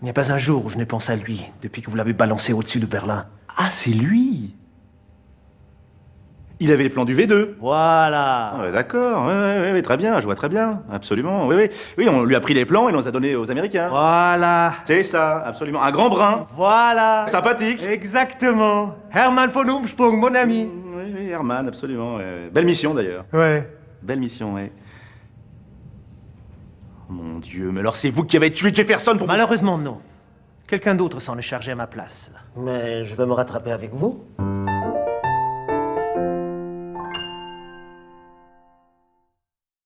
Il n'y a pas un jour où je ne pense à lui depuis que vous l'avez balancé au-dessus de Berlin. Ah, c'est lui Il avait les plans du V2 Voilà. Ah ouais, D'accord, oui, oui, très bien, je vois très bien, absolument. Oui, oui, oui, on lui a pris les plans et on les a donnés aux Américains. Voilà. C'est ça, absolument. Un grand brin, Voilà. sympathique. Exactement. Hermann von Umsprung, mon ami. Oui, oui, Herman, absolument. ouais. Belle mission d'ailleurs. Ouais. Belle mission, ouais. Oh Mon Dieu, mais alors c'est vous qui avez tué Jefferson pour... Malheureusement, non. Quelqu'un d'autre s'en est chargé à ma place. Mais je vais me rattraper avec vous.